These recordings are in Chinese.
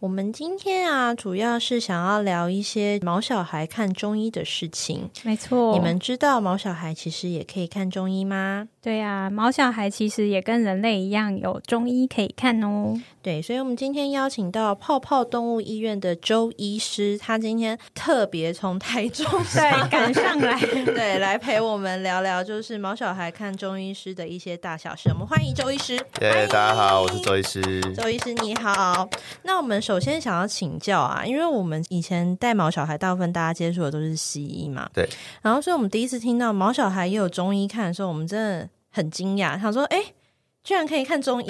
我们今天啊，主要是想要聊一些毛小孩看中医的事情。没错，你们知道毛小孩其实也可以看中医吗？对啊，毛小孩其实也跟人类一样有中医可以看哦。对，所以我们今天邀请到泡泡动物医院的周医师，他今天特别从台中对，赶上来。 对来陪我们聊聊，就是毛小孩看中医师的一些大小事。我们欢迎周医师。耶、大家好，我是周医师。周医师你好，那我们首先想要请教啊，因为我们以前带毛小孩，大部分大家接触的都是西医嘛，对。，然后，所以我们第一次听到毛小孩也有中医看的时候，我们真的很惊讶，想说，哎、居然可以看中医。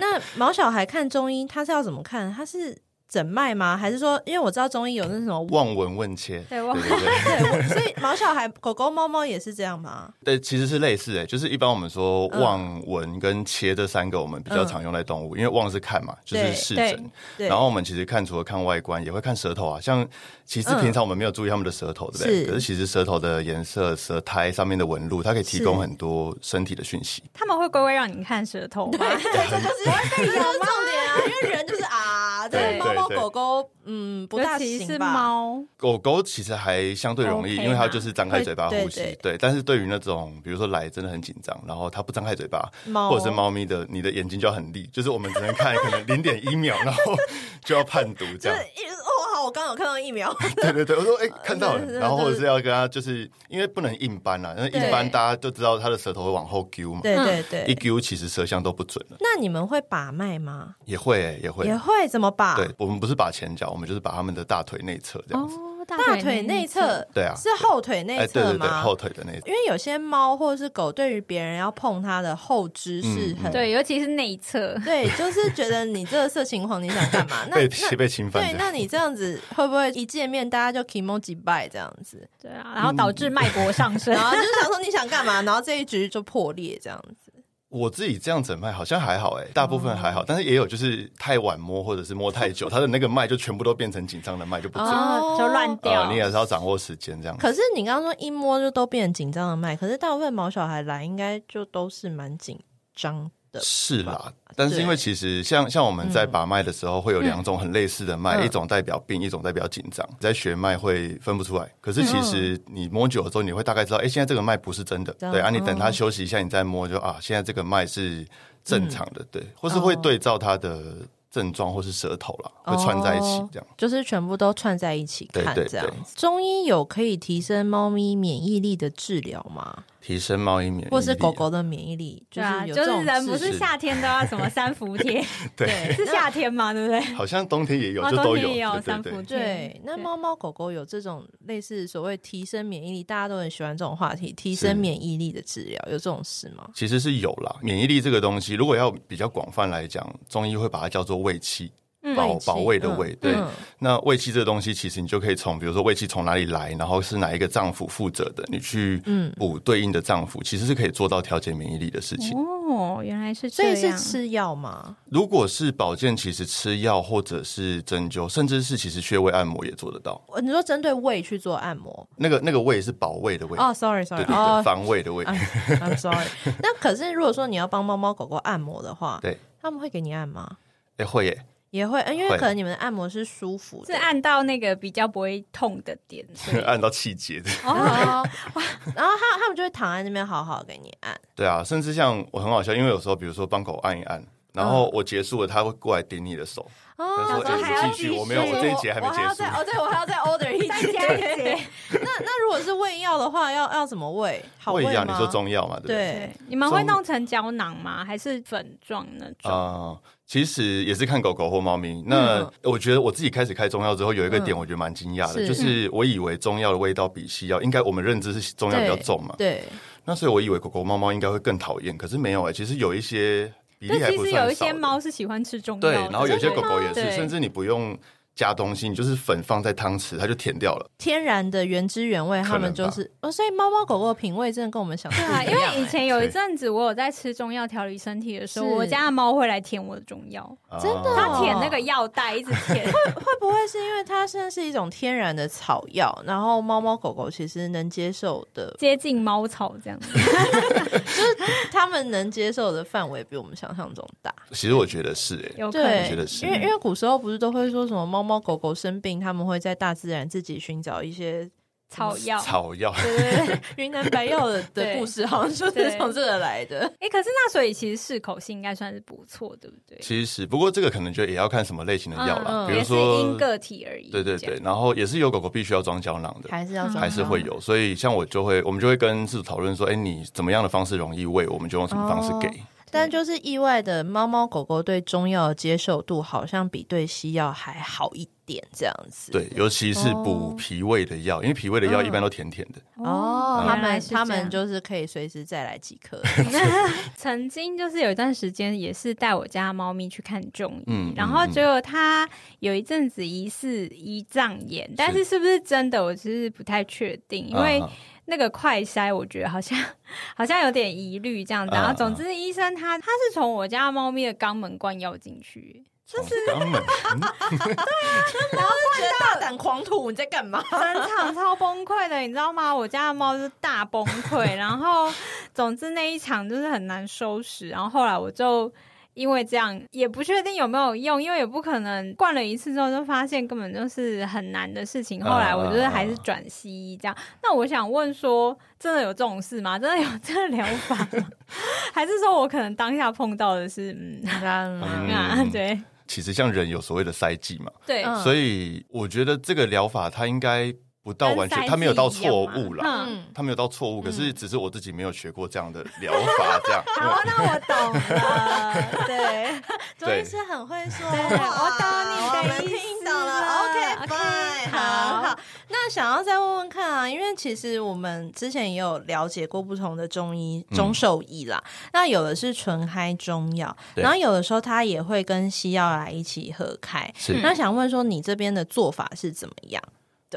那毛小孩看中医，他是要怎么看？他是诊脉吗？还是说，因为我知道中医有那什么望闻问切，对对望对 对，对，我所以毛小孩、狗狗、猫猫也是这样吗？对，其实是类似的，就是一般我们说嗯望闻跟切这三个，我们比较常用在动物，因为望是看嘛，就对是视对诊。对，然后我们其实看除了看外观，也会看舌头啊。像其实嗯平常我们没有注意它们的舌头，对不对？是可是其实舌头的颜色、舌苔上面的纹路，它可以提供是很多身体的讯息。他们会乖乖让你看舌头吗？这就是这就是重点啊， 因为人就是啊，这对个猫猫对对狗狗，嗯， 不大尤其是行吧。猫，狗狗其实还相对容易 OK 因为它就是张开嘴巴对呼吸。对但是对于那种比如说来真的很紧张，然后它不张开嘴巴，猫或者是猫咪的，你的眼睛就要很利，就是我们只能看可能零点一秒，然后就要判读这就是 样。一直哦，好，我刚刚有看到疫 苗，对对对，我说哎、看到了对对，对然后或者是要跟它，就是因为不能硬啊扳啦，因为硬扳对大家都知道它的舌头会往后揪嘛，对对对。一揪其实舌象都不准了，那你们会把脉吗？也会、欸、也会。也会啊怎么把？对，我们不是把前脚，我们就是把它们的大腿内侧这样子。哦，大腿内侧对啊，是后腿内哎，对侧对对，吗？后腿的内侧。因为有些猫或者是狗，对于别人要碰它的后肢是很、嗯对，尤其是内侧。对，就是觉得你这个色情狂，你想干 嘛？那被那被侵犯对，这样。那你这样子会不会一见面大家就 k i m o j i bye 这样 子？对啊，然后导致脉搏上升然。后就想说你想干嘛，然后这一局就破裂这样子。我自己这样诊脉好像还好哎、大部分还哦好，但是也有就是太晚摸或者是摸太久，它的那个脉就全部都变成紧张的脉就不准。哦啊 就乱掉呃，你，也是要掌握时间这样。可是你刚刚说一摸就都变紧张的脉，可是大部分毛小孩来应该就都是蛮紧张的。是啦，但是因为其实像像我们在把脉的时候，会有两种很类似的脉，嗯一种代表病，一种代表紧张。在学脉会分不出来，可是其实你摸久了之后，你会大概知道，哎，现在这个脉不是真的，这样对啊，你等它嗯休息一下，你再摸就啊，现在这个脉是正常的，对，或是会哦对照它的症状或是舌头啦，会串在一起这样。就是全部都串在一起看，对对这样对子。中医有可以提升猫咪免疫力的治疗吗？提升猫一免疫力，啊或是狗狗的免疫力？就对是啊，有就这是种人不治是夏天都要什么三伏贴， 对是夏天吗？对不对？好像冬天也有，哦就都冬天也有对三对伏对。对对，那对猫猫狗狗有这种类似所谓提升免疫力，大家都很喜欢这种话题，提升免疫力的治疗，有这种事吗？其实是有啦，免疫力这个东西，如果要比较广泛来讲，中医会把它叫做胃气，保保卫的卫。对，嗯那胃气这个东西，其实你就可以从，比如说胃气从哪里来，然后是哪一个脏腑负责的，你去嗯补对应的脏腑，其实是可以做到调节免疫力的事嗯情。哦，原来是所这以是样。吃药吗？如果是保健，其实吃药或者是针灸，甚至是其实穴位按摩也做得到。呃你说针对胃去做按摩？那个那个胃是保卫的胃，哦，sorry 对 sorry，对对，哦防卫的胃。 ，I'm sorry。那 可是如果说你要帮猫猫狗狗按摩的话，对，他们会给你按吗？哎、会耶、 也会，呃因为会可能你们的按摩是舒服是的。按到那个比较不会痛的 点，所 以按到气节的。哦，哇 然后他他们就会躺在那边好好给你按，对啊，甚至像我很好笑，因为有时候比如说帮狗按一按，然嗯后我结束了，它会过来顶你的手，哦他说想说还要哎继续，继续我没有，我这一节还没我还要结束再。哦，对，我还要再 order 一再次加一节。那那如果是喂药的话，要要怎么喂？好胃药，吗？你说中药嘛，对不对？对，你们会弄成胶囊吗？还是粉状那种？啊、其实也是看狗狗或猫咪。那嗯我觉得我自己开始开中药之后，有一个点嗯我觉得蛮惊讶的，是就是我以为中药的味道比西药，应该我们认知是中药比较重嘛，对，那所以我以为狗狗、猫猫应该会更讨厌，可是没有哎、其实有一些比但例还其不实算有一少些的猫是喜欢吃中药对，的，然后有些狗狗也真的是，吗甚至你不用加东西，你就是粉放在汤匙，它就甜掉了。天然的原汁原味，可他们能吧就是哦，所以猫猫狗狗的品味真的跟我们想的对啊，不因一 样欸为以前有一对阵子我有在吃中药调理身体的时候，是我家的猫会来舔我的中药，哦真的啊它舔那个药袋，一直舔。会不会是因为它现在是一种天然的草药，然后猫猫狗狗其实能接受的，接近猫草这样子，它们能接受的范围比我们想象中大。其实我觉得是哎、有可能对我觉得，是因为因为古时候不是都会说什么猫猫狗狗生病，他们会在大自然自己寻找一些草药。草药。 对对对，哎、云南白药的的对故事，好像就是对从这个来的。可是那所以其实适口性应该算是不错，对不对？其实是，不过这个可能就也要看什么类型的药啦，嗯比也如是说因个体而已。对对这样对，，然后也是有狗狗必须要装胶囊的，还是要装还是会嗯有。所以像我就会，我们就会跟饲主讨论说，哎，你怎么样的方式容易喂，我们就用什么方哦式给。但就是意外的，猫猫狗狗对中药的接受度好像比对西药还好一点，这样子。对，尤其是补哦脾胃的药，因为脾胃的药嗯一般都甜甜的。哦，他原来们是这他样们就是可以随时再来几 颗。 曾经就是有一段时间也是带我家猫咪去看中医，嗯然后嗯嗯结果它有一阵子疑似胰脏炎，但是是不是真的，我其实不太确定，因为啊那个快筛，我觉得好像 好像有点疑虑这样子。然后嗯总之，医生他他是从我家猫咪的肛门灌药进去，从肛门，嗯大胆狂吐，你在干 嘛？ 整场超崩溃的，你知道吗？我家的猫就是大崩溃，然后总之那一场就是很难收拾。然后后来我就因为这样，也不确定有没有用，因为也不可能灌了一次之后就发现根本就是很难的事情。嗯后来我就是还是转西医这样。那我想问说，真的有这种事吗？真的有这个疗法吗？ 还是说我可能当下碰到的是嗯 嗯啊对其实像人有所谓的塞剂嘛，对嗯所以我觉觉得这个疗法它应该不到完全，跟塞它没有到剂一样错嘛误啦。嗯嗯，它没有到错误，可是只是我自己没有学过这样的疗法，这样。好，那我嗯懂了，对。 周医师很会说话，对我懂你的我们意思听懂了了，OK OK， fine，好好好。那想要再问问看啊，因为其实我们之前也有了解过不同的中医、嗯中兽医啦，嗯那有的是纯嗨中药，对然后有的时候它也会跟西药来一起合开。是那想问说，你这边的做法是怎么样？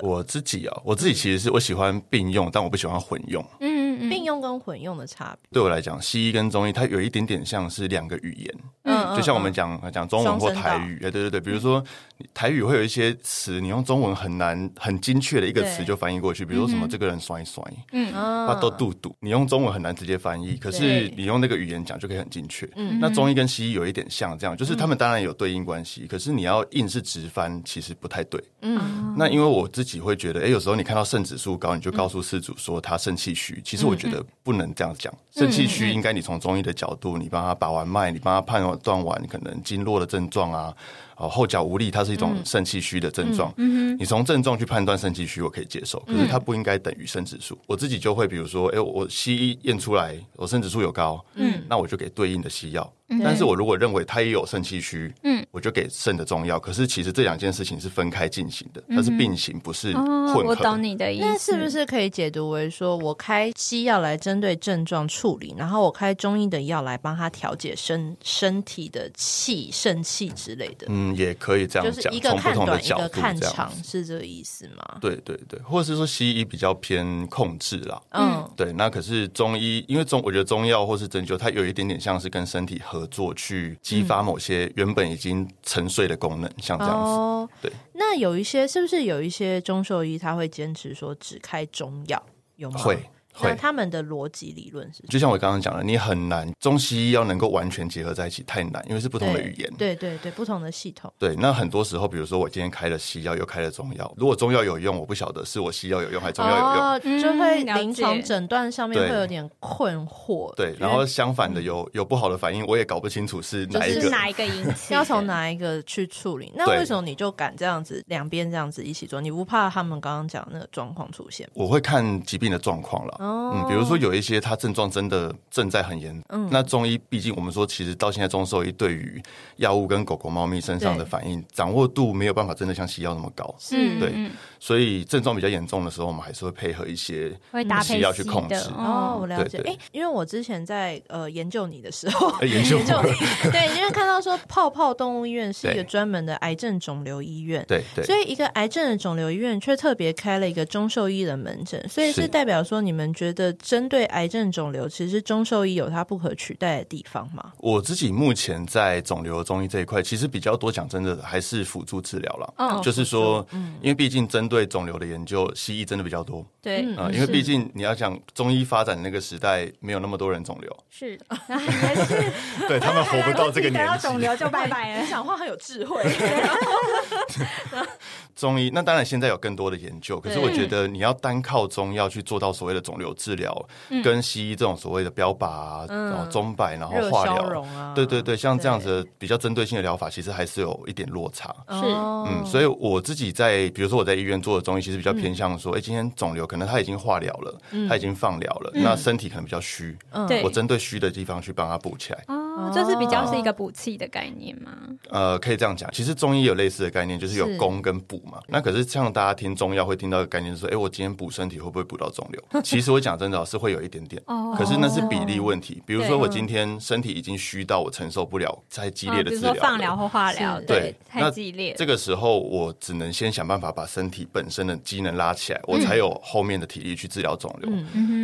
我自己啊，我自己其实是我喜欢并用，但我不喜欢混用。嗯嗯嗯，并用跟混用的差别？对我来讲，西医跟中医它有一点点像是两个语言，嗯，就像我嗯们讲讲中文或台语，哎，对对对，比如说你台语会有一些词，你用中文很难很精确的一个词对就翻译过去，比如说什么嗯哼这个人酸一酸，嗯嗯巴豆肚肚，你用中文很难直接翻译，可是对你用那个语言讲就可以很精确。嗯那中医跟西医有一点像，这样就是他们当然有对应关系，可是你要硬是直翻，其实不太对。嗯那因为我自己会觉得，哎、有时候你看到肾指数高，你就告诉事主说他肾气虚。其实我觉得不能这样讲，肾气虚应该你从中医的角度，你帮他把完脉，你帮他判断完可能经络的症状啊，哦、后脚无力，它是一种肾气虚的症状。嗯你从症状去判断肾气虚，我可以接受，可是它不应该等于肾指数。我自己就会比如说，哎、我西医验出来我肾指数有高，嗯那我就给对应的西药。对但是我如果认为他也有肾气虚，嗯嗯，我就给肾的中药。可是其实这两件事情是分开进行的，嗯它是并行，不是混哦，合。我懂你的意思。那是不是可以解读为说，我开西药来针对症状处理，然后我开中医的药来帮他调节身身体的气、肾气之类的？嗯，也可以这就样是讲，一个从不看同的短，一角个度看这样长，子。是这个意思吗？对对对，或者是说西医比较偏控制啦。嗯，对，那可是中医，因为中我觉得中药或是针灸，它有一点点像是跟身体合作，去激发某些原本已经沉睡的功能，像这样子。嗯哦，对。那有一些是不是有一些中兽医他会坚持说只开中药，有吗？会。那会，他们的逻辑理论是什么？就像我刚刚讲的，你很难中西医要能够完全结合在一起，太难，因为是不同的语言。对对对，不同的系统。对，那很多时候，比如说我今天开了西药，又开了中药。如果中药有用，我不晓得是我西药有用还是中药有用。哦，嗯就会了解临床诊断上面对会有点困惑。对，觉得然后相反的有有不好的反应，我也搞不清楚是哪一就个。是哪一个引起的？要从哪一个去处理？那对为什么你就敢这样子两边这样子一起做？你不怕他们刚刚讲的那个状况出现？我会看疾病的状况了，哦，嗯嗯，比如说有一些他症状真的正在很严，那中医毕竟我们说，其实到现在中兽医对于药物跟狗狗、猫咪身上的对反应掌握度没有办法真的像西药那么高，嗯是对所以症状比较严重的时候，我们还是会配合一些会搭西配药去控的制哦，我哦，了解。对对哎，因为我之前在呃研究你的时 候，哎研究对，因为看到说泡泡动物医院是一个对专门的癌症肿瘤医院，对对所以一个癌症的肿瘤医院却特别开了一个中兽医的门诊，所以是是代表说你们觉得针对癌症肿瘤，其实中兽医有它不可取代的地方吗？我自己目前在肿瘤中医这一块，其实比较多讲真的还是辅助治疗了。哦嗯就是说，因为毕竟针对肿瘤的研究，西医真的比较多对，啊、嗯因为是毕竟你要讲中医发展的那个时代，没有那么多人肿瘤，是也是对他们活不到这个哦得年到纪。肿哎瘤就拜拜了。讲话很有智 慧，中医那当然现在有更多的研究，可是对我觉得你要单靠中药去做到所谓的肿瘤治疗，跟西医这种所谓的标靶、啊、嗯然后中摆、然后热哦化消疗，融啊，对对对，像这样子的比较针对性的疗法，其实还是有一点落差。对，是嗯，所以以我自己在，比如说我在医院做的中医，其实比较偏向嗯说，哎、今天肿瘤可能它已经化疗了，它已经放疗了，那身体可能比较虚，嗯对我针对虚的地方去帮它补起来。 哦，就是比较是一个补气的概念嘛。呃，可以这样讲，其实中医有类似的概念，就是有是攻跟补嘛。那可是像大家听中药会听到的概念，就是说，哎、我今天补身体会不会补到 肿瘤？其实我讲真的哦是会有一点点。哦可是那是比例问题，比如对说我今天身体已经虚到我承受不了太激烈嗯，的比如治说疗、放疗或化疗，是对太那激烈了。这个时候，我只能先想办法把身体本身的机能拉起来，嗯我才有后面的体力去治疗肿瘤。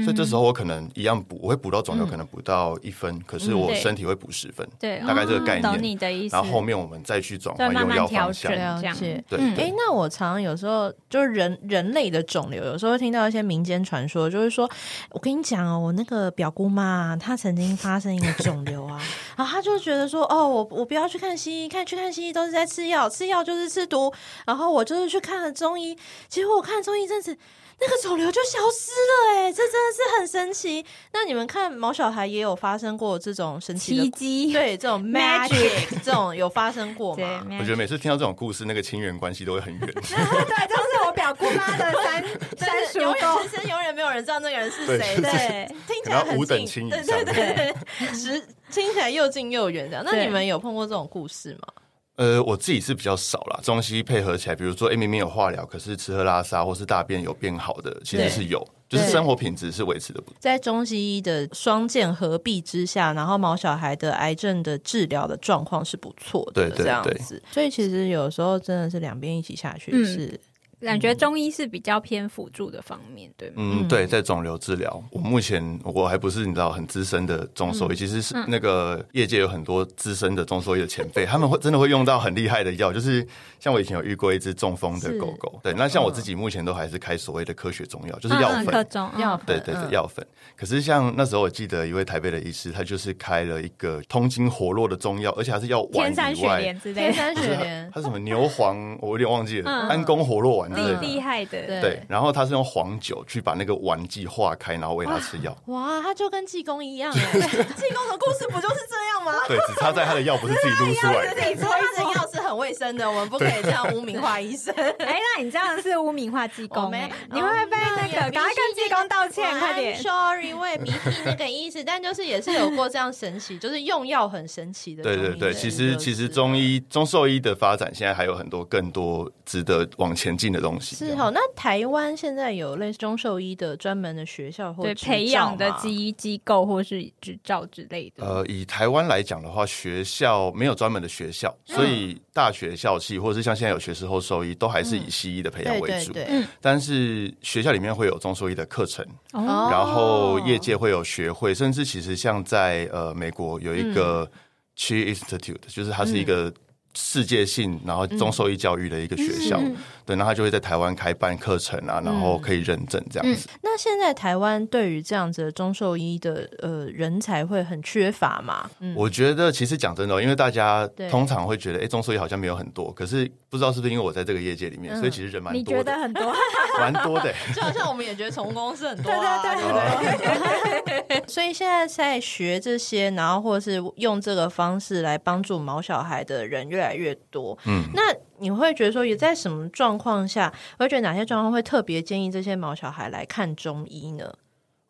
所以这时候我可能一样补，我会补到肿瘤，可能补到一分，可是我嗯对身体会补十分，对，大概这个哦概懂你念。的意思。然后后面我们再去转再换慢用慢药调方向。整了这样解。对嗯对哎，那我常常有时候就是人人类的肿瘤，有时候会听到一些民间传说，就是说，我跟你讲哦，我那个表姑妈、啊、她曾经发生一个肿瘤 啊，然后她就觉得说，哦，我我不要去看西医，看去看西医都是在吃药，吃药就是吃毒，然后我就是去看了中医，结果我看中医一阵子。那个肿瘤就消失了、哎，这真的是很神奇。那你们看毛小孩也有发生过这种神奇的奇迹，对，这种 magic 这种有发生过对吗？我觉得每次听到这种故事，那个亲缘关系都会很 远。对，就是我表姑妈的 三但三是叔永远公人，生永远没有人知道那个人是谁，对对，听起来可很能要五等近亲以对上对对对，十听起来又近又远这样。那对你们有碰过这种故事吗？呃，我自己是比较少啦，中西医配合起来，比如说，哎、明明有化疗，可是吃喝拉撒或是大便有变好的，其对实是有，就是对生活品质是维持的不在中西医的双剑合璧之下，然后毛小孩的癌症的治疗的状况是不错的，对对这样对子。所以其实有时候真的是两边一起下去嗯是，感觉中医是比较偏辅助的方面，对吗？嗯，对，在肿瘤治疗，我目前我还不是你知道很资深的嗯中兽医，其实是那个业界有很多资深的中兽医的前辈，他们会真的会用到很厉害的药，就是像我以前有遇过一只中风的是狗狗，对，那像我自己目前都还是开所谓的科学中药，就是嗯药嗯粉，各种嗯药对对对嗯，药粉。可是像那时候我记得一位台北的医师，他就是开了一个通经活络的中药，而且还是药天丸山以雪外，莲之天类的，山雪就是它莲它什么牛黄，我有点忘记了，嗯安宫活络丸之类厉的。厉害的，对，然后他是用黄酒去把那个丸剂化开，然后喂它吃药。 哇，他就跟济公一样哎， 济公的故事不就是这样吗？ 对，只差在他的药不是 自己撸出来的。你说他的药是很卫生的，我们不可以这样污名化医生。哎，那你这样是污名化济我公没哎，有你会不会被哦那那也个赶快跟济公道歉，快点 I'm。sorry，我也迷信那个意 思，但就是也是有过这样神奇，就是用药很神奇 的中对医的对研究室。对，其实其实中医中兽医的发展，现在还有很多更多值得往前进的东西。是哦。那台湾现在有类似中兽医的专门的学校或对执培照养的吗机机构或是执照之类的，呃，以台湾来讲的话，学校没有专门的学校，嗯所以大学校系或者是像现在有学士后兽医，都还是以西医的培养对为嗯对主。对，嗯但是学校里面会有中兽医的课程，哦然后业哦界会有学会，甚至其实像在呃美国有一个嗯 Chi Institute，、就是它是一个世界性然后中兽医教育的一个学校，嗯对，那它就会在台湾开办课程啊，然后可以认证这样子。那现在台湾对于这样子的中兽医的呃人才会很缺乏嘛？嗯，我觉得其实讲真的哦，因为大家对通常会觉得，哎，中兽医好像没有很多，可是不知道是不是因为我在这个业界里面，所以其实人蛮嗯你觉多得的，很多？蛮多的。 就好像我们也觉得宠物公司很多、啊，对对对 所以现在在学这些，然后或是用这个方式来帮助毛小孩的人越来越多。嗯，那你会觉得说，也在什么嗯状况下，会觉得哪些状况会特别建议这些毛小孩来看中医呢？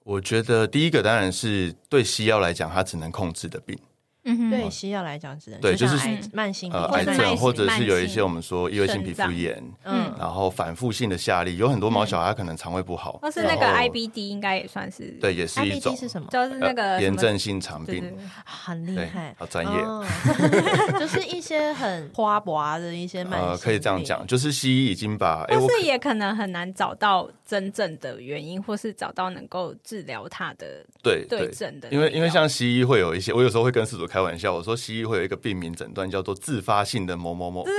我觉得第一个当然是对西药来讲，它只能控制的病，嗯哼，对西药来讲，只能对像就是癌慢性呃，病癌者慢症性或者啊是有一慢些性我们说异位性皮肤炎，嗯然后反复性的下痢，有很多毛小孩可能肠胃不好，哦或是那个然后 IBD 应该也算是，对，也是一种，IBD 是什么？就是那个呃什炎么，症性肠对对病，对很厉对害，，好专业。哦 就是一些很花滑的一些慢性呃，病可以这样，讲，就是西医已经把，哎、我哦或是也可能很难找到真正的原因，或是找到能够治疗它的对对症的因为因为疗像西医会有一些，我有时候会跟事主开玩笑，我说西医会有一个病名诊断叫做自发性的某某某病。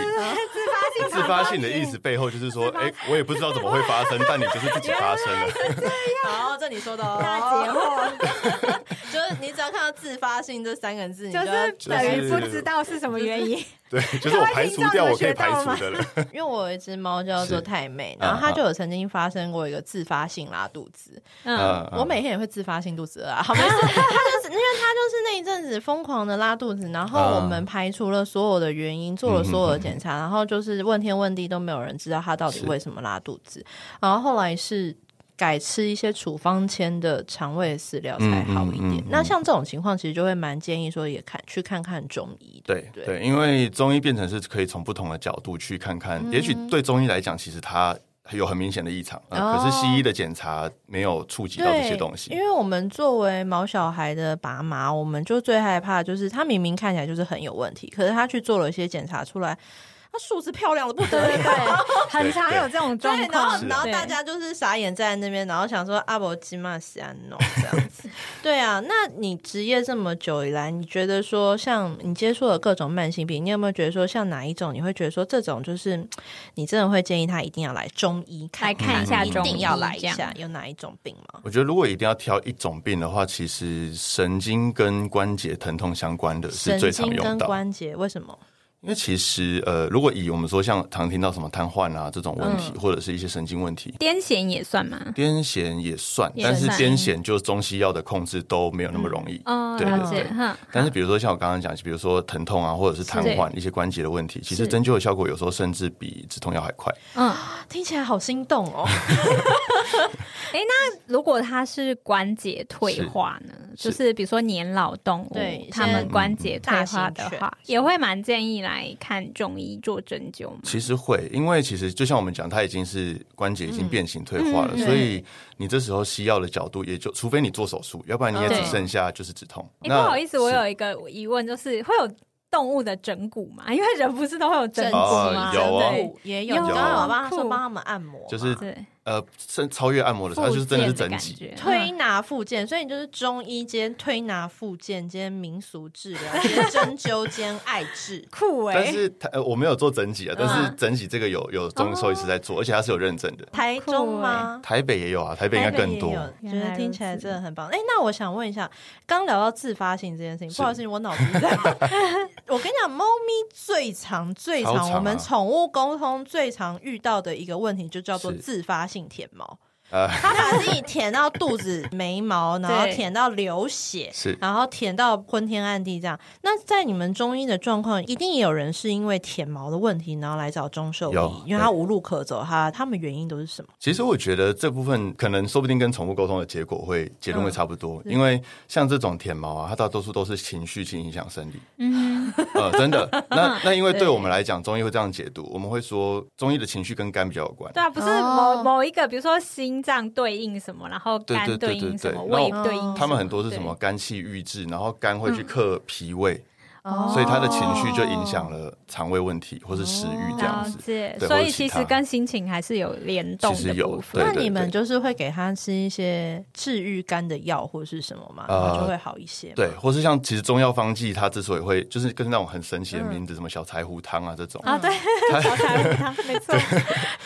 自发性的意思背后就是说，哎、我也不知道怎么会发生，但你就是自己发生了。好，这你说的哦，大节后，就是你只要看到自发性这三个字，你就就要是等于不知道是什么原因，对，就是我排除掉我可以排除的了。因为我有一只猫叫做是啊太妹，然后它就有曾经发生过一个自发性拉肚子，呃嗯，啊我每天也会自发性肚子饿啊，好没 事，它就是因为它就是那一阵子疯狂的拉肚子，然后啊我们排除了所有的原因，做了所有的检查，然后就是问天问地都没有人知道它到底嗯是为什么拉肚子，然后后来是。改吃一些处方签的肠胃饲料才好一点。嗯嗯嗯嗯那像这种情况，其实就会蛮建议说也看去看看中医的。对对对，因为中医变成是可以从不同的角度去看看，嗯也许对中医来讲，其实它有很明显的异常，呃哦可是西医的检查没有触及到这些东西因。为我们作为毛小孩的爸妈，我们就最害怕就是他明明看起来就是很有问题，可是他去做了一些检查出来，他数值漂亮的不得对对了。对，很常有这种对状，然后况，然后啊对大家就是傻眼站在那边，然后想说啊阿伯基玛西安诺这样子。对啊，那你职业这么久以来，你觉得说像你接触了各种慢性病，你有没有觉得说像哪一种你会觉得说这种就是你真的会建议他一定要来中医看来看一下一中定医要来一这样下，有哪一种病吗？我觉得如果一定要挑一种病的话，其实神经跟关节疼痛相关的是神最常经用跟到。关节为什么？因为其实呃，如果以我们说像常听到什么瘫痪啊这种问题，嗯或者是一些神经问题，癫痫也算吗？癫痫也算，也但是算癫痫就中西药的控制都没有那么容易。哦，对了对解，对哼，但是比如说像我刚刚讲，比如说疼痛啊，或者是瘫痪一些关节的问题，其实是针灸的效果有时候甚至比止痛药还快。嗯，听起来好心动哦！如果它是关节退化呢，是就是比如说年老动物对，它现们在关节退大化的型犬话，也会蛮建议来看中医做针灸嘛。其实会，因为其实就像我们讲，它已经是关节已经变形退化了，嗯嗯所以你这时候西药的角度也就，除非你做手术，要不然你也哦只剩下就是止痛。哎、不好意思，我有一个疑问，就是会有动物的整骨吗？因为人不是都会有整整骨哦吗？有哦对也有，有你刚刚有帮他酷说帮他们按摩嘛，就是对，呃，甚超越按摩的，它就是真的是整感脊。觉推嗯。拿附件，所以你就是中医兼推拿附件兼民俗治 疗兼针灸兼艾治酷哎、但是它呃，我没有做整脊啊，但是整脊这个有有中兽医师在做，而且它是有认证的。台中吗？台北也有啊，台北应该更多。台北也有原觉来得如此听起来真的很棒。哎、那我想问一下，刚聊到自发性这件事情，是不好意思，我脑子一直在 跑。我跟你讲，猫咪最常、最常超常啊我们宠物沟通最常遇到的一个问题，就叫做是自发性舔毛。 呃它把自己舔到肚子、眉毛，然后对舔到流血，是然后舔到昏天暗地这样。那在你们中医的状况，一定也有人是因为舔毛的问题，然后来找中兽医有，因为他无路可走，他他们原因都是什么？其实我觉得这部分可能说不定跟宠物沟通的结果会结嗯论会差不多，因为像这种舔毛啊，它大多数都是情绪性影响生理。嗯，呃，真 的。那那因为对我们来讲，中医会这样解读，我们会说中医的情绪跟肝比较有关。对啊，不是哦某某一个，比如说心脏对应什么，然后对肝对对应什对么，对胃然后对应什么，他们很多是什么对？嗯肝气郁滞，然后肝会去克脾胃，哦所以他的情绪就影响了肠胃问题或是食欲这样哦了子。解，对啊所或以者其其实他跟心情还是有联动其的实有部分。对那你们就是会给他吃一些治愈肝的药或是什么吗？呃然后就会好一些吗。对，或是像其实中药方剂，它之所以会就是跟那种很神奇的名字，什么小柴胡汤啊这种，嗯啊，对，小柴胡汤没错，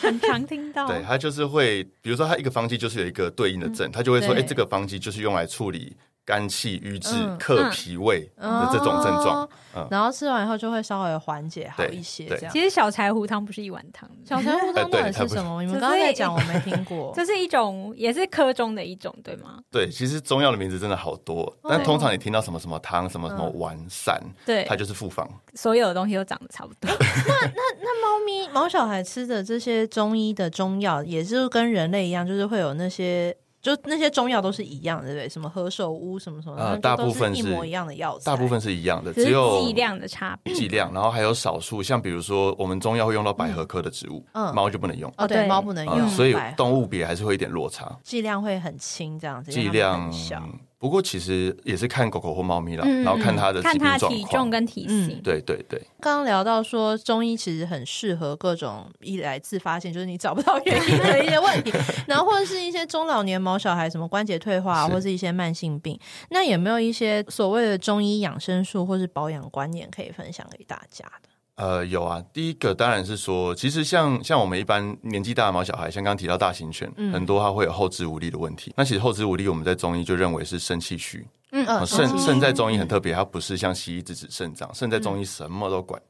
很常听到。对，它就是会，比如说它一个方剂就是有一个对应的嗯症，它就会说，对哎，这个方剂就是用来处理肝气郁滞嗯、克脾胃哦，的这种症状。嗯然后吃完以后就会稍微缓解好对一些，对这样。其实小柴胡汤不是一碗汤，小肠乌冬到底哎对它是不是什么？你们刚刚在讲，我没听过。 这是一种也是科中的一种，对吗？对，其实中药的名字真的好多，但通常你听到什么什么汤、什么什么丸散，哦嗯对它，就是复方。所有的东西都长得差不 多。猫咪、毛小孩吃的这些中医的中药，也是跟人类一样，就是会有那些就那些中药都是一样的，对不对？什么何首乌什么什么，呃然后就大都部分是一是模一样的药材，大部分是一样的，只是只有剂量的差别。剂量，然后还有少数，像比如说我们中药会用到百合科的植物，嗯猫就不能用。哦，对，对猫不能啊用，所以百合动物别还是会有一点落差，剂量会很轻，这样子，因为剂它们量很小。。不过其实也是看狗狗或猫咪啦，然后看它的嗯看疾它体病状重况。跟体型，嗯对对对，刚刚聊到说，中医其实很适合各种一来自发现，就是你找不到原因的一些问题，然后或者是一些中老年毛小孩什么关节退化，啊是或是一些慢性病。那有没有一些所谓的中医养生术或是保养观念可以分享给大家的？呃，有啊。第一个当然是说，其实像像我们一般年纪大的毛小孩，像刚刚提到大型犬，嗯很多它会有后肢无力的问题。那其实后肢无力，我们在中医就认为是肾气虚。嗯呃啊肾肾气肾在中医很特别，它不是像西医只指肾脏，肾在中嗯医什么都管。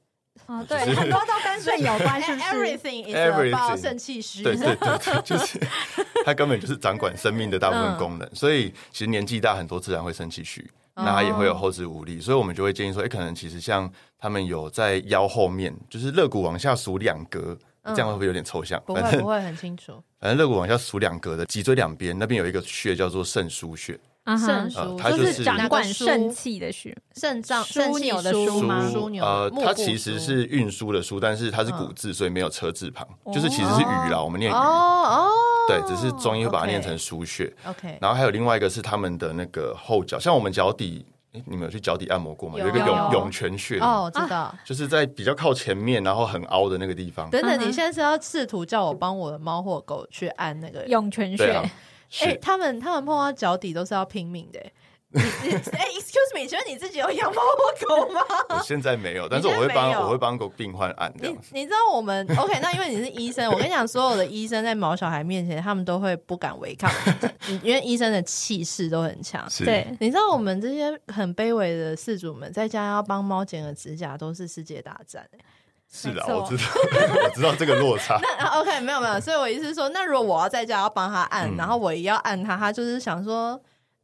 哦，对， 很多都跟肾有 关，是不是？ Everything is Everything about 肾气虚。对对对，对就是 它根本就是掌管生命的大部嗯分功能，所以其实年纪大很多自然会肾气虚，那它也会哦有后肢无力，所以我们就会建议说，哎、可能其实像他们有在腰后面，就是肋骨往下数两格。这样会不会有点抽象？不反会正不会很清楚，反正肋骨往下数两格的脊椎两边那边有一个穴叫做肾腧穴， 嗯肾哼腧呃它就就是是掌哪管个枢肾气的血，肾脏枢肾气纽的枢枢吗枢纽呃，幕它部其实枢是运输的输，但嗯是它是古字，所以没有车字旁，就是其实是鱼啦，我们念鱼，哦哦，对，只是中医会把它念 OK 成腧穴。 OK，然后还有另外一个是他们的那个后脚，像我们脚底，诶你们有去脚底按摩过吗？有有一个涌有涌泉穴，哦，我知道。就是在比较靠前面，然后很凹的那个地方。等等，嗯哼你现在是要试图叫我帮我的猫或狗去按那个？涌泉对啊 穴，，哎、是他们他们碰到脚底都是要拼命的、 欸。你你哎、e x c u s e me，请问你自己有养猫或 狗吗？我现在没 有，但是你我现会在帮没有我会帮狗病患按这你样子。你知道我们 OK？那因为你是医生，我跟你讲，所有的医生在毛小孩面前，他们都会不敢违 抗，因为医生的气势都很强。是对，你知道我们这些很卑微的饲主们，在家要帮猫剪个指甲，都是世界大战、欸。是没啊，错我知道 我知道这个落差。啊，OK，没有没有，所以我意思是说，那如果我要在家要帮他按，嗯然后我也要按他，他就是想说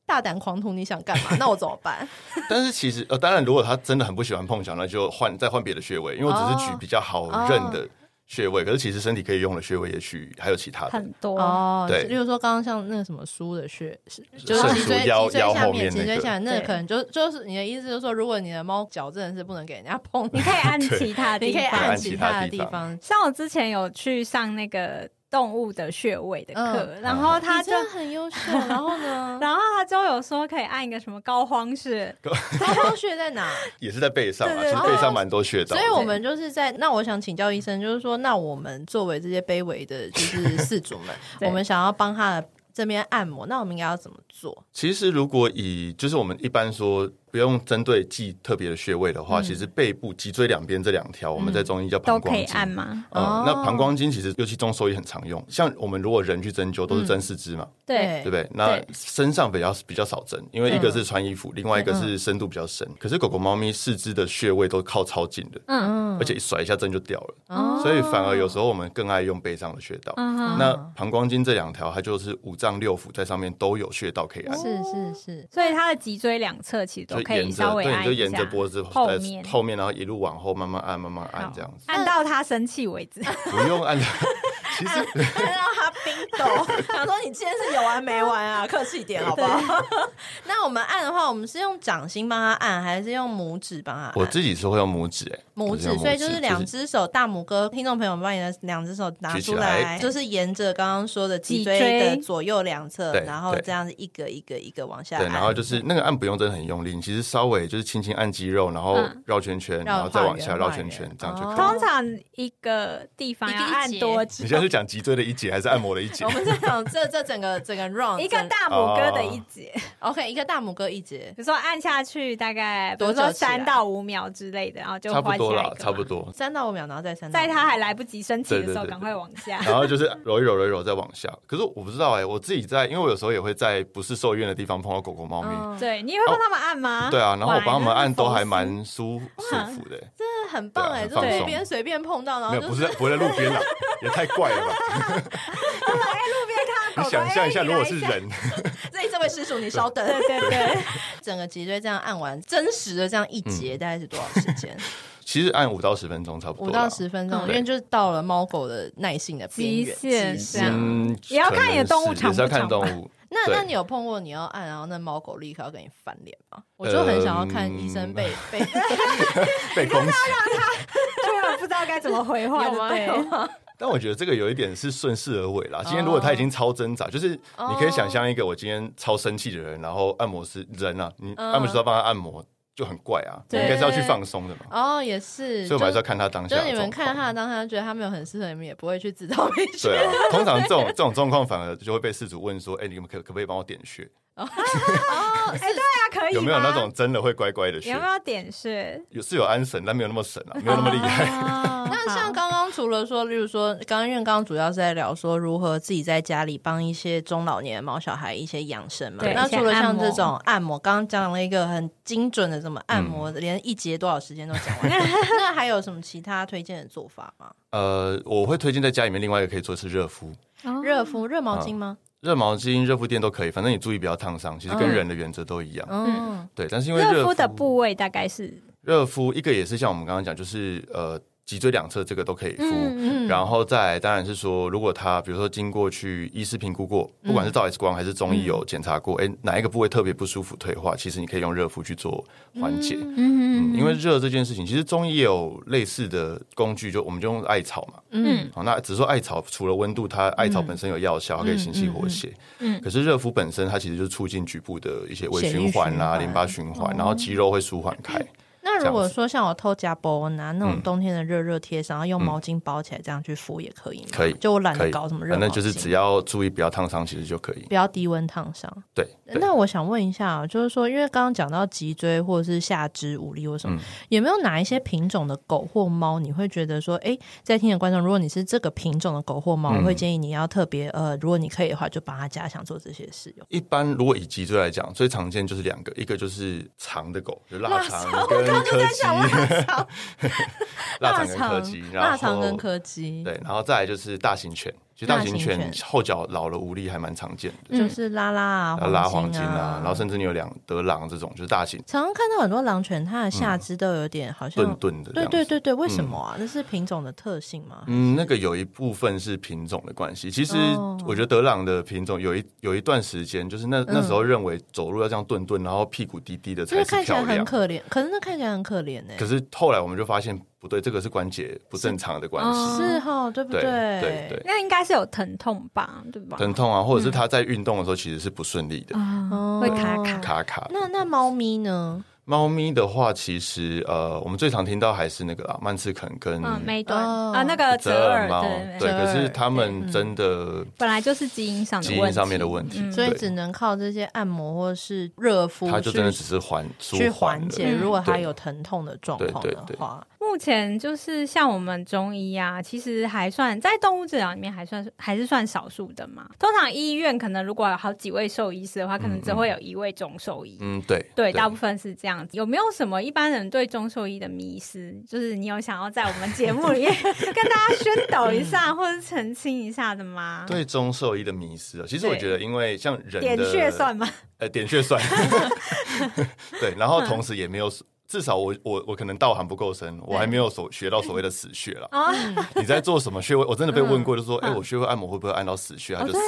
大胆狂徒，你想干 嘛？那我怎么办？但是其实呃，当然如果他真的很不喜欢碰巧，那就换再换别的穴位，因为我只是哦举比较好认的穴位。可是其实身体可以用的穴位，也许还有其他的。很多，哦，对例如说刚刚像那个什么书的穴，是就肾是腧脊椎腰脊椎腰下后面脊那椎个下面，那个对可能就就是你的意思，就是说，如果你的猫脚真的是不能给人家 碰，你可以按其他你地可以方，按按其其他他的地地方方。像我之前有去上那个动物的穴位的课，然后啊他你就。真的很优秀，然后 呢？然后他就有说可以按一个什么膏肓穴，高光穴在哪？也是在背上啊，对对其实对背上蛮多穴所道啊的。以我们就是在那，我想请教医生，就是说，那我们作为这些卑微的， 就是饲主们，对我们想要帮他的这边按摩，那我们应该要怎么做？其实，如果以就是我们一般说不用针对记特别的穴位的嗯话，其实背部脊椎两边这两条，我们在中医叫都膀胱可以经。按吗？呃哦那膀胱经其实尤其中兽医很常用，像我们如果人去针灸都嗯是针四肢嘛，对，对不对？那对身上比较比较少针，因为一个是穿衣服，另外一个嗯是深度比较深。可是狗狗、猫咪四肢的穴位都靠超近的，嗯，嗯而且一甩一下针就掉了，哦所以反而有时候我们更爱用背上的穴道。嗯哼，那膀胱经这两条，它就是五脏六腑在上面都有穴道可以按。是是 是，所以他的脊椎两侧其实嗯都就可以沿稍着微对，按你一下，就沿着脖子后在面后面，然后一路往后慢慢按，慢慢按好这样子，嗯按到他生气为止。不用按。 其实看到他冰 哦斗，想说你今天是有完没完啊？客气一点好不好？ 那我们按的话，我们是用掌心帮他按，还是用拇指帮他按？我自己是会用拇指，哎，拇我指用，所以就是两只手，大拇哥，听众朋友们把你的两只手拿出来，举起来就是沿着刚刚说的脊脊椎椎的左右两侧，对然后对这样子一个一个一个往下按，对，然后就是那个按不用真的很用力，你其实稍微就是轻轻按肌肉，然后嗯绕圈圈，绕然后再往画下圆绕画圈圆圈，这样就可 以。哦通常一个地方要按多久？你现在是讲脊椎的一节还是按摩的一节我？们在讲这这整个整个 round，哦一个整大拇哥的一节， OK，一个大拇哥一节，比如说按下去大概，比多如久说起来三到五秒之类的，然后就啊差换不多下一啦个，差不嘛。多。三到五秒，然后再三到五在秒，他还来不及生气对的对时候，对赶快往 下。然后就是揉一揉，揉一揉，再往下。可是我不知道哎、我自己在，因为我有时候也会在不是兽医院的地方碰到狗狗、猫咪，嗯，对你也会帮他们按吗？对啊，然后我帮他们按都还哇蛮舒舒服的、哎真的很棒哎，就路对啊很放松边随便碰到，然没后有，就不是在不会在路 边啦，也太怪了吧？那是你想象一下，如果是，人，这这位施主你稍等，哎 对对对， 整个脊椎这样按完，真实的这样一节嗯大概是多少时 间？其实按五到十分钟啊差不多五啦。到十分钟，因嗯为就是到了猫狗的耐性的边极缘限极这样嗯，也要可能看你的动物是长也是要不长看动吧物。那对那你有碰过你要按，然后那猫狗立刻要跟你翻脸吗？ 我就很想要看医嗯生 被被 被攻击。突然不知道该怎么回话，有吗？对不对有吗？但我觉得这个有一点是顺势而为啦。今天如果他已哦经超挣扎，就是你可以想象一个我今天超生气的人，然后按摩师人啊，你嗯按摩师要帮他按摩就很怪啊，我对应该是要去放松的嘛。哦，也是，所以我们还是就要看他当就下的是状你况。们看他，当他觉得他没有很适合，你们也不会去指导美学。对 啊，通常这种这种状况反而就会被事主问说：“哎、你们可可不可以帮我点穴？哦，是大家可以有没有那吗种真的会乖乖的穴有没？有点 是？有是有安神，但没有那么神啊，没有那么厉害。 哦那像好刚刚除了说，例如说，刚刚因为刚刚主要是在聊说如何自己在家里帮一些中老年的毛小孩一些养生嘛。对那一些除了按像摩这种按摩，刚刚讲了一个很精准的什么按摩，连一节多少时间都讲 完。那还有什么其他推荐的做法吗？呃，我会推荐在家里面另外一个可以做的是热敷，哦热敷、热毛巾吗？热毛巾、热敷垫都可以，反正你注意不要烫伤，其实跟人的原则都一样。嗯，对，但是因为热热敷的部位大概是热敷一个也是像我们刚刚讲，就是呃脊椎两侧这个都可以敷。嗯然后再来当然是说，如果他比如说经过去医师评估过，不嗯管是照 X 光还是中医有检查过，哎、哪一个部位特别不舒服退化，其实你可以用热敷去做缓解。嗯嗯，因为热这件事情，其实中医也有类似的工具，就我们就用艾草嘛。嗯好，那只是说艾草除了温度，它艾草本身有药效，它可以行气活血。嗯嗯嗯可是热敷本身，它其实就是促进局部的一些微血液循环循啦、环淋巴循哦环，然后肌肉会舒缓开。嗯那如这果样子说像我偷夹包，我啊拿那种嗯冬天的热热贴上，然后用毛巾包起来，这样去敷也可以吗？可以就我懒可得以搞什么热毛反巾，正就是只要注意不要烫伤，其实就可以。不要低温烫伤。对，对那我想问一下、啊，就是说，因为刚刚讲到脊椎或者是下肢无力或什么，嗯有没有哪一些品种的狗或猫，你会觉得说，哎、在听的观众，如果你是这个品种的狗或猫，嗯我会建议你要特别呃，如果你可以的话，就把它加强做这些事用。一般如果以脊椎来讲，最常见就是两个，一个就是长的狗，就腊肠腊肠跟我刚刚就柯在基想， 腊肠跟柯基，然腊后肠跟柯基，对，然后再来就是大型犬，其实大型大犬型犬后脚老了无力还蛮常见的，就是拉拉啊、然后拉黄金啊，，啊然后甚至你有两德狼这种，就是大型常常看到很多狼犬，它的下肢都有点好像。嗯钝钝的这对样对子。对对，为什么啊？那是品种的特性吗？嗯，那个有一部分是品种的关系。其实哦嗯我觉得德朗的品种有一有一段时间，就是那那时候认为走路要这样顿顿，然后屁股低低的就是才看是起来漂很亮。可怜，可是那看起来很可怜呢、欸可是后来我们就发现不对，这个是关节不正常的关哦系。是哈，对不对对对对，那应该是有疼痛吧，对吧？疼痛啊，或者是他在运动的时候其实是不顺利的，啊哦，会卡卡。卡卡的。那那猫咪呢？猫咪的话，其实呃，我们最常听到还是那个啦，曼赤肯跟嗯，梅短哦啊，那个嗯折耳猫，对，对，折耳可是他嗯们真的本来就是基因上的基因上面的问题嗯所以对只能靠这些按摩或是热敷它就真的只去是缓舒去缓缓了解，嗯如果它对有疼痛的状况对的对对话，目前就是像我们中医啊，其实还算在动物治疗里面还算是还是算少数的嘛。通常医院可能如果有好几位兽医师的话，可能只会有一位中兽医。嗯，对对，大部分是这样子。有没有什么一般人对中兽医的迷失？就是你有想要在我们节目 里面跟大家宣导一下，或者澄清一下的吗？，对中兽医的迷失啊，其实我嗯对觉得，因为像人的点穴算吗？呃点穴 算，对，嗯然后同时也没有。至少我我我可能道行不够深，我还没有所学到所谓的死穴啦。啊，你在做什么穴位？我真的被问过，就说：“哎，我穴位按摩会不会按到死穴？”他就死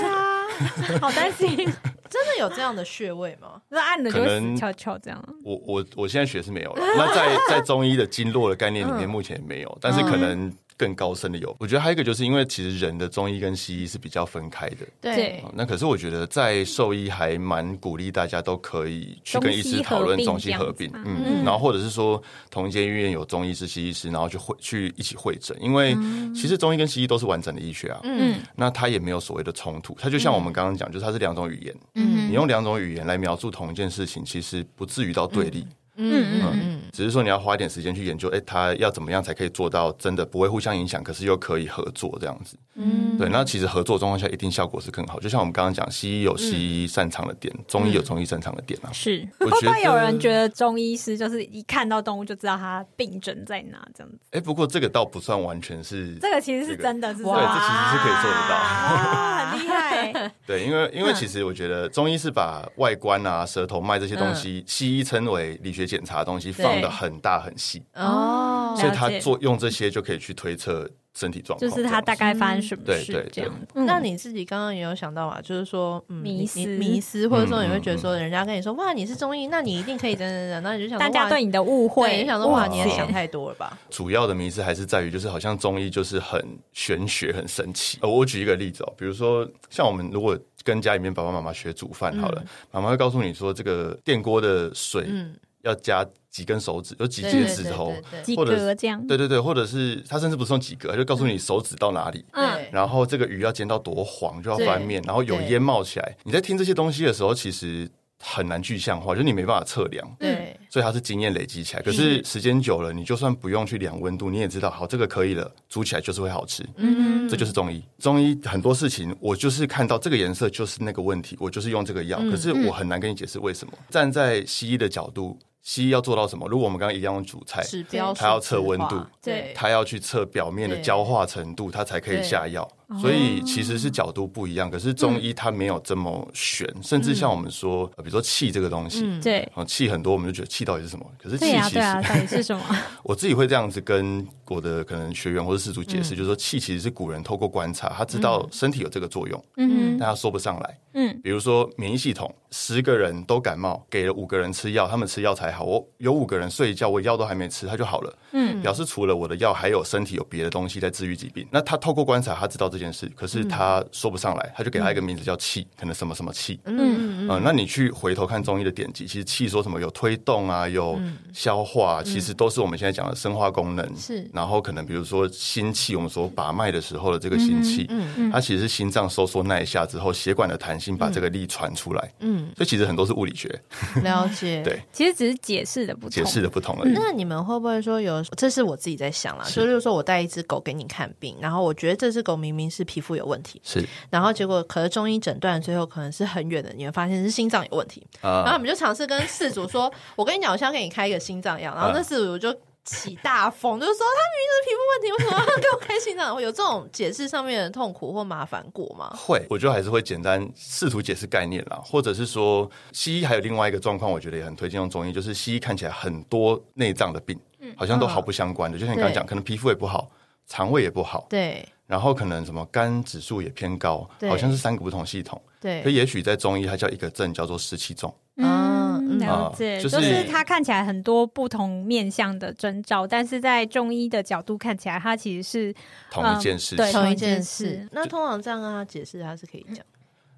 嗯对了。啊，好担心，真的有这样的穴位吗？那按了就会可能死翘翘这样。我我我现在学是没有了，那在在中医的经络的概念里嗯面，目前也没有，但是可能更高深的有。我觉得还有一个就是因为其实人的中医跟西医是比较分开的，对对，啊那可是我觉得在兽医还蛮鼓励大家都可以去跟医中师西讨论合并中西合并这，样子嗯，然后或者是说同一间医院有中医师、西医师，然后去会去一起会诊，因为其实中医跟西医都是完整的医学啊，嗯那它也没有所谓的冲突，它就像我们刚刚讲，就是它是两种语言，嗯你用两种语言来描述同一件事情，其实不至于到对立。嗯嗯嗯只是说你要花一点时间去研究，哎、它要怎么样才可以做到真的不会互相影响，可是又可以合作这样子。嗯，对，那其实合作状况下一定效果是更好。就像我们刚刚讲，西医有嗯西医擅长的点，中医有中医擅长的点啊。是，我会不觉会有人得觉得中医师就是一看到动物就知道它病症在哪这样子？哎、不过这个倒不算完全是这个其实是这个真的，是对这其实是可以做得到哇，很厉害。对，因为因嗯为其实我觉得中医是把外观啊、舌头脉这些嗯东西，西医称为理学检查的东西，放的很大很细，哦了解所以他做用这些就可以去推测身体 状况就这是样子，他大概发生什么对对事对这样子。那你自己刚刚也有想到啊，就是说，嗯，嗯迷你你思迷思，或者说嗯你会觉得嗯说，人家跟你说，哇，你是中医，那你一定可以，等等等，那你就想说，嗯大家哇对你的对，误会，你就想说，误哇，你也解想太多了吧？主要的迷思还是在于，就是好像中医就是很玄学、很神奇。呃，我举一个例子哦，比如说像我们如果跟家里面爸爸妈妈学煮饭好了，妈妈、会告诉你说，这个电锅的水嗯，要加几根手指，有几对节对指对头，对对及或者是格这样。对对对，或者是他甚至不是用几个，他就告诉你手指到哪里。嗯，对然后这个鱼要煎到多黄就要翻面，然后有对烟冒起来。你在听这些东西的时候，其实很难具象化，就是你没办法测量。对所以它是经验累积起来。可是时间久了，你就算不用去量温度，你也知道，好，这个可以了，煮起来就是会好吃。嗯这就是中医。中医很多事情，我就是看到这个颜色就是那个问题，我就是用这个药，可是我很难跟你解释为什么。站在西医的角度，西医要做到什么？如果我们刚刚一样用煮菜，指标，它要测温度，对，它要去测表面的对焦化程度，它才可以下药。所以其实是角度不一样，可是中医它没有这么玄，甚至像我们说，呃比如说气这个东西，嗯对哦，气很多，我们就觉得气到底是什么？可是气对呀其实、对啊呀，到底是什 么？我自己会这样子跟我的可能学员或者士族解嗯释，就是说气其实是古人透过观察，他知道身体有这个作用，嗯哼但他说不上来。嗯，比如说免疫系统，十个人都感冒，给了五个人吃药，他们吃药才好。我有五个人睡一觉，我药都还没吃，他就好了。嗯，表示除了我的药，还有身体有别的东西在治愈疾病。那他透过观察，他知道这件事，可嗯是他说不上来，他就给他一个名字叫气，可能什么什么气。嗯嗯嗯、那你去回头看中医的典籍，其实气说什么有推动啊，有消化啊、其实都是我们现在讲的生化功能。嗯是然后可能比如说心气，我们所把脉的时候的这个心气，嗯它其实是心脏收缩那一下之后，血管的弹性把这个力传出来。嗯所以其实很多是物理学嗯，了解。对其实只是解释的不同，解释的不同而已。那你们会不会说有？这是我自己在想啦，是就是说我带一只狗给你看病，然后我觉得这只狗明明是皮肤有问题，是然后结果可是中医诊断最后可能是很远的，你会发现是心脏有问题，然后我啊，们就尝试跟事主说：“我跟你讲，我现在给你开一个心脏药。”然啊后那事主就起大疯，就说：“他明明就是皮肤问题，为什么要给我开心脏药？”有这种解释上面的痛苦或麻烦过吗？会，我觉得还是会简单试图解释概念啦，或者是说西医还有另外一个状况，我觉得也很推荐用中医，就是西医看起来很多内脏的病，好像都毫不相关的，就像你刚刚讲，嗯哦对可能皮肤也不好，肠胃也不好，对然后可能什么肝指数也偏高，对好像是三个不同系统。可对，也许在中医，它叫一个症叫做湿气重，嗯嗯，了啊解，就就是是它看起来很多不同面向的征兆，但是在中医的角度看起来，它其实是同一件事。嗯对情。同同一一件件事事。那通常这样跟他解释，他是可以讲。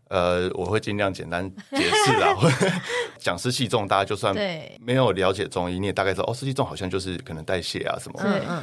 呃，我会尽量简单解释 啦。讲湿气重，大家就算对，没有了解中医，你也大概知道哦，湿气重好像就是可能代谢啊什么，嗯对嗯。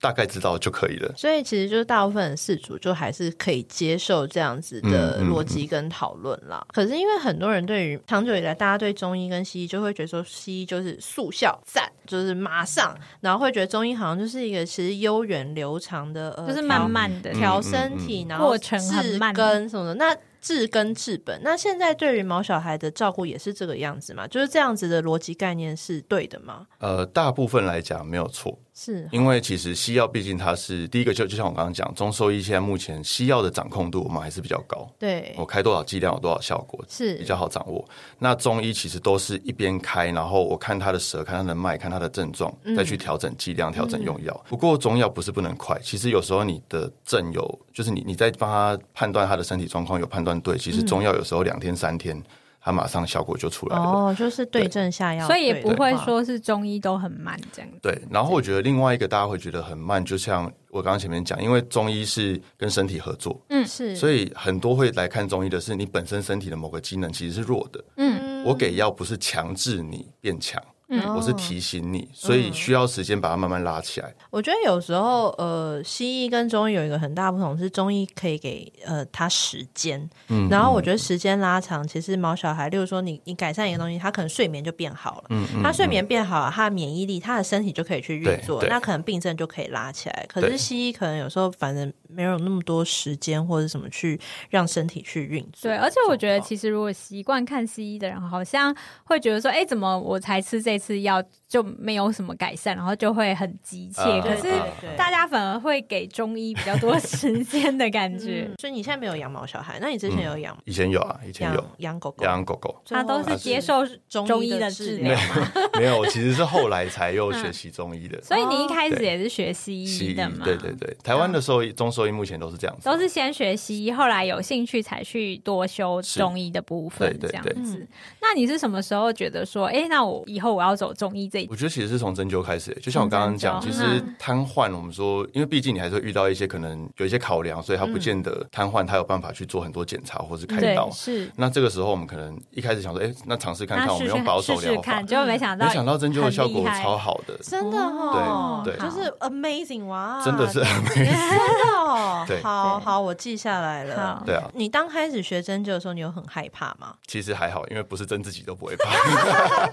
大概知道就可以了。所以其实就是大部分的事主就还是可以接受这样子的嗯嗯逻辑跟讨论啦。可是因为很多人对于长久以来，大家对中医跟西医就会觉得说西医就是速效赞，就是马上，然后会觉得中医好像就是一个其实悠远流长的，呃，就是调慢慢的嗯调身体，然后过程很慢治根什么的。那治根治本，那现在对于毛小孩的照顾也是这个样子嘛？就是这样子的逻辑概念是对的吗？呃，大部分来讲没有错，是，因为其实西药毕竟它是第一个就就像我刚刚讲，中兽医现在目前西药的掌控度我们还是比较高，对我，开多少剂量有多少效果，是哦比较好掌握。那中医其实都是一边开，然后我看他的舌，看他的脉，看他的症状，嗯再去调整剂量、调整用药。不过中药不是不能快，其实有时候你的症有，就是你你在帮他判断他的身体状况有判断对，其嗯实中药有时候两天三天，他马上效果就出来了。哦，就是对症下药，所以也对不的会话说是中医都很慢这样。对，然后我觉得另外一个大家会觉得很慢，就像我刚刚前面讲，因为中医是跟身体合作，是，嗯所以很多会来看中医的是你本身身体的某个机能其实是弱的，嗯我给药不是强制你变强，嗯我哦是提醒你，所嗯以需要时间把它慢慢拉起来。我觉得有时候，呃，西医跟中医有一个很大不同是，中医可以给呃他时间，嗯然后我觉得时间拉长，其实毛小孩，例如说你你改善一个东西，他可能睡眠就变好了，嗯他睡眠变好了，他的免疫力，他的身体就可以去运作对，对那可能病症就可以拉起来。可是对西医可能有时候反正没有那么多时间或者什么去让身体去运作。对，而且我觉得，实其实如果习惯看西医的人，好像会觉得说，哎，怎么我才吃这次药，就没有什么改善，然后就会很急切。啊可是啊嗯对大家反而会给中医比较多 时间的感觉。所以你现在没有养毛小孩，那你之前有养以前有啊，嗯以前有养养狗狗？养狗 狗，最他后都是接受中中医医的的治治疗疗嘛，没有，我其实是后来才又学习中医的。所以你一开始对也是学西嗯西医医的嘛？嗯对对对，台湾的兽医、中兽医目前都是这样子，都是先学西医，后来有兴趣才去多修中医的部分，是这对对样对嗯子。那你是什么时候觉得说，哎，那我以后我要走中医这一？我觉得其实是从针灸开始，就像我刚刚讲，从其针灸嗯实瘫痪，我们说，因为毕竟你还是会遇到一些可能有一些考量，所以他不见得瘫痪，他有办法去做很多检查或是开嗯对刀，。是那这个时候我们可能一开始想说，哎、那尝试看看，那我试们试用保守试试疗法嗯看，，结果没想到没想到针灸的效很果厉害超好的，真的哦哦，对对就是 amazing 啊哇，真 的是，真的哦对好对好，我记下来了好。 对啊，你当开始学针灸的时候，你有很害怕 吗？其实还好，因为不是针自己都不会怕，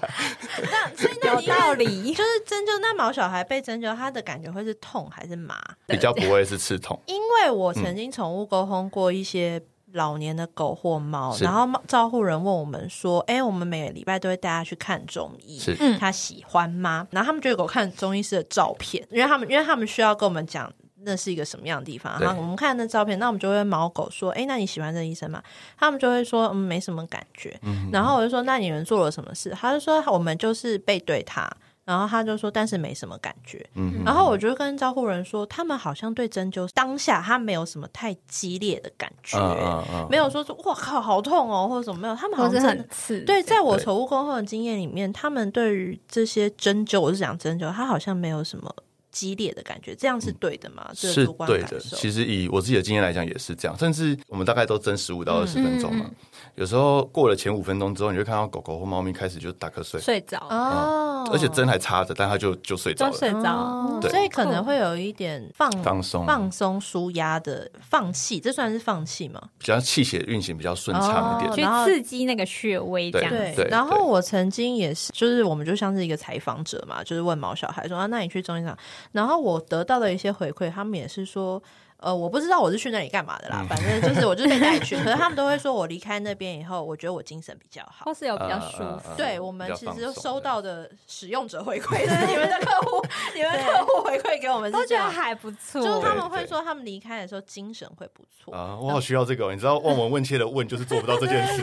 有道理。就是针灸，那毛小孩被针灸，他的感觉会是痛还是麻？比较不会是刺痛，因为我曾经宠物沟通过一些老年的狗或猫，是然后猫照护人问我们说：“哎、我们每个礼拜都会带它去看中医是，嗯它喜欢吗？”然后他们就有给我看中医师的照片，因为他们因为他们需要跟我们讲。那是一个什么样的地方？对然后我们看那照片，那我们就会问毛狗说：“哎、那你喜欢这医生吗？”他们就会说：“嗯，没什么感觉。嗯然后我就说：“那你们做了什么事？”他就说：“我们就是背对他。”然后他就说：“但是没什么感觉。”嗯，然后我就跟招呼人说，他们好像对针灸当下他没有什么太激烈的感觉，嗯没有说是哇靠好痛哦或者什么没有，他们好或像者真的很刺，对，在我对宠物沟通的经验里面，他们对于这些针灸，我是讲针灸，他好像没有什么激烈的感觉，这样是对的吗？这嗯是主观对感的。受其实以我自己的经验来讲也是这样，甚至我们大概都针十五到二十分钟嘛，有时候过了前五分钟之后，你会看到狗狗或猫咪开始就打瞌睡，睡着哦，嗯而且针还插着，但它就就睡着就了，睡着，哦，对所以可能会有一点放放松，放松、舒压的放弃，这算是放弃吗？比较气血运行比较顺畅一点。哦去然后刺激那个穴位这对样对子。对然对后我曾经也是，就是我们就像是一个采访者嘛，就是问毛小孩说啊，那你去中医场？然后我得到的一些回馈，他们也是说。呃，我不知道我是去那里干嘛的嗯啦，反正就是我就是被带去，可是他们都会说，我离开那边以后，我觉得我精神比较好或。是有比较呃舒呃服呃，对我们比其较实放松收到的使用者回馈，就是你们的客户，你们的客户回馈给我们都是这觉样，得还不错。就是他们对会对说他们离开的时候精神会不错，啊，我好需要这个哦、你知道望闻问切的问就是做不到这件事。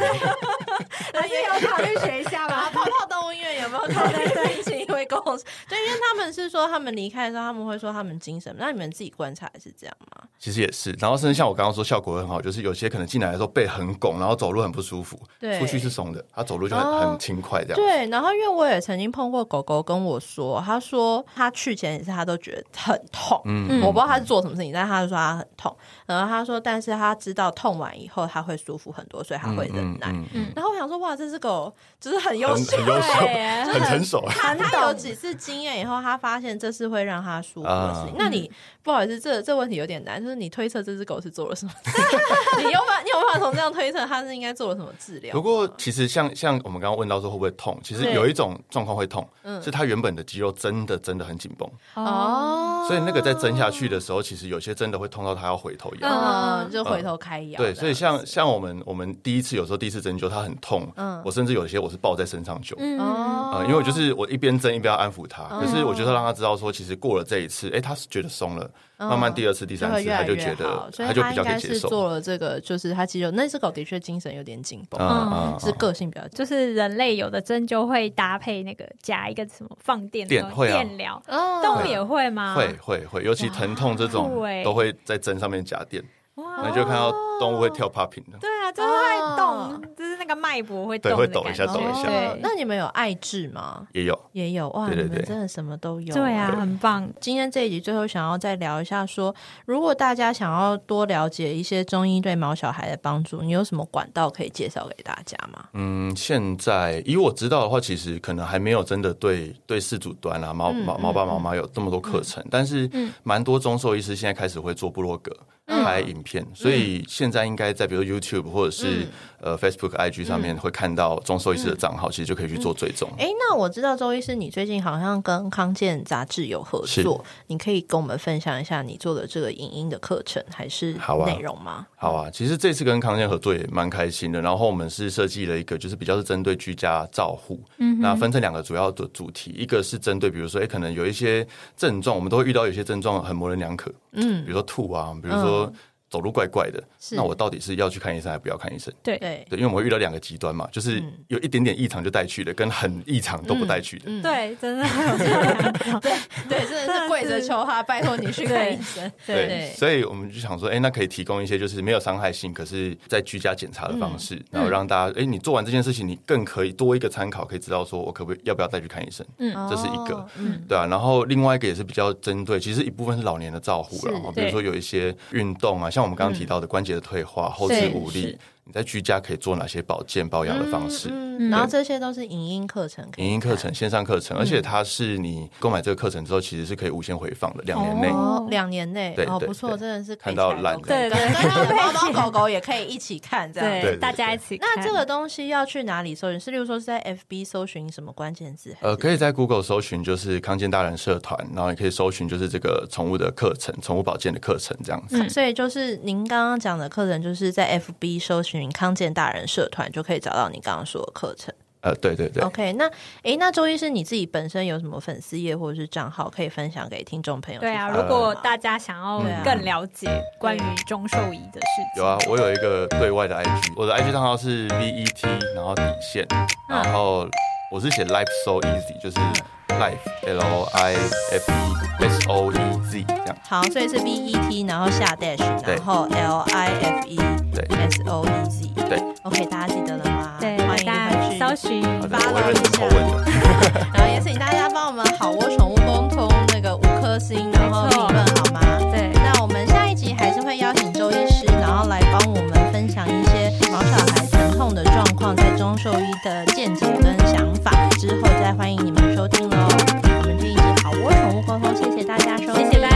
还是有考虑学一下啊， 吧。泡泡动物医院有没有考虑聘请一位工程师？对，因为他们是说他们离开的时候，他们会说他们精神。那你们自己观察也是这样吗？其实也是，然后甚至像我刚刚说效果很好，就是有些可能进来的时候背很拱，然后走路很不舒服，对出去是松的，他走路就很、哦很轻快这样。对，然后因为我也曾经碰过狗狗跟我说，他说他去前也是他都觉得很痛，嗯我不知道他是做什么事情，但是他就说他很痛，然后他说但是他知道痛完以后他会舒服很多，所以他会忍耐。嗯然后我想说哇，这只狗就是很优很秀欸很，优秀，对，很 成熟。他他有几次经验以后，他发现这是会让他舒服的事情啊。那你不好意思，这这问题有点难，就是你推测这只狗是做了什么事情？ 你有办你有办法从这样推测它是应该做了什么治疗吗？不过其实像像我们刚刚问到说会不会痛，其实对有一种状况会痛，嗯是它原本的肌肉真的真的很紧绷， 哦，哦，所以那个在针下去的时候，其实有些真的会痛到它要回头一样。嗯，就回头开药这对，样子。所以像像我们我们第一次有时候第一次针灸它很痛，嗯我甚至有些我是抱在身上灸，嗯哦啊、因为我就是我一边针一边要安抚他，可是我就是让他知道说，其实过了这一次，哎、他是觉得松了，慢慢第二次、嗯第哦就三会次，越来他就越觉得好，所以他就它比应较可该以接是受。做了这个，就是它肌肉那只狗的确精神有点紧绷，嗯是个性比较紧就是人类有的针灸会搭配那个加一个什么放电电什么会啊电疗，哦动物也会吗？会啊会会，尤其疼痛这哇酷种欸都会在针上面夹电，那哇你，就看到动物会跳 popping 的。对啊，就是会动，就是那个脉搏会动的对会感觉，抖一下抖一下对哦那你们有爱治吗？也有，也有哇，对对你们对真的什么都有。对啊，很棒。今天这一集最后想要再聊一下说，如果大家想要多了解一些中医对毛小孩的帮助，你有什么管道可以介绍给大家吗？嗯，现在以我知道的话，其实可能还没有真的对对饲主端啊，嗯毛毛毛爸毛妈有这么多课程，但是蛮多中兽医师现在开始会做部落格，嗯嗯拍影片，所以现在应该在比如 YouTube 或者是、呃 Facebook、IG 上面会看到中兽医师的账号，其实就可以去做追踪。哎，那我知道周医师，你最近好像跟康健杂志有合作，你可以跟我们分享一下你做的这个影音的课程还是好啊内容吗？好啊，其实这次跟康健合作也蛮开心的。然后我们是设计了一个，就是比较是针对居家照护，嗯，那分成两个主要的主题，一个是针对比如说，哎、可能有一些症状，我们都会遇到有些症状很模棱两可，嗯，比如说吐啊，比如说走路怪怪的，那我到底是要去看医生，还不要看医生？对对，对，因为我们会遇到两个极端嘛，就是有一点点异常就带去的，跟很异常都不带去的。对，真的对，真的是跪着求他，拜托你去看医生。 对，对所以我们就想说，哎、那可以提供一些就是没有伤害性，可是在居家检查的方嗯式，然后让大家，哎、你做完这件事情，你更可以多一个参考，可以知道说我可不可以要不要再去看医生，嗯这是一个哦嗯对啊。然后另外一个也是比较针对，其实一部分是老年的照护是了，比对如说有一些运动啊，像我们刚刚提到的关节的退化、后肢无力嗯是，你在居家可以做哪些保健保养的方式？嗯然后这些都是影音课程可以看，影音课程、线上课嗯程，而且它是你购买这个课程之后，其实是可以无限回放的，两年内。哦，两年内对哦，对不错，对真的是可以看到起来懒都可以人对看对所以你的猫猫狗狗也可以一起看这样。对对，对大家对一起看。那这个东西要去哪里搜寻？是例如说是在 FB 搜寻什么关键字？呃，可以在 Google 搜寻就是康健大人社团，然后也可以搜寻就是这个宠物的课程、宠物保健的课程这样子。嗯所以就是您刚刚讲的课程，就是在 FB 搜寻“康健大人社团”就可以找到你刚刚说的课程。呃，对对哦对。 OK，那诶，那周医师你自己本身有什么粉丝页或者是账号可以分享给听众朋友去对啊， follow 吗？如果大家想要对啊更了解关于中兽医的事情，有啊，我有一个对外的 IG，我的 IG 账号是 V E T，然后底线，嗯然后我是写 Life So Easy，就是 Life L O I F E S O E Z 这样。好，所以是 V E T，然后下 dash，对然后 L I F E 对 S O E Z。对 OK，大家记得了吗？对，欢大家迎搜回去。寻好的， follow 我会认真一下 po 文的。然后也请大家帮我们好窝宠物公通那个五颗星，然后没评错论好吗？对，那我们下一集还是会邀请周医师，然后来帮我们分享一些毛小孩疼痛的状况，在中兽医的见解跟想法，哦之后再欢迎你们收听喽。我们这一集好窝宠物沟通，谢谢大家收听，谢谢大家。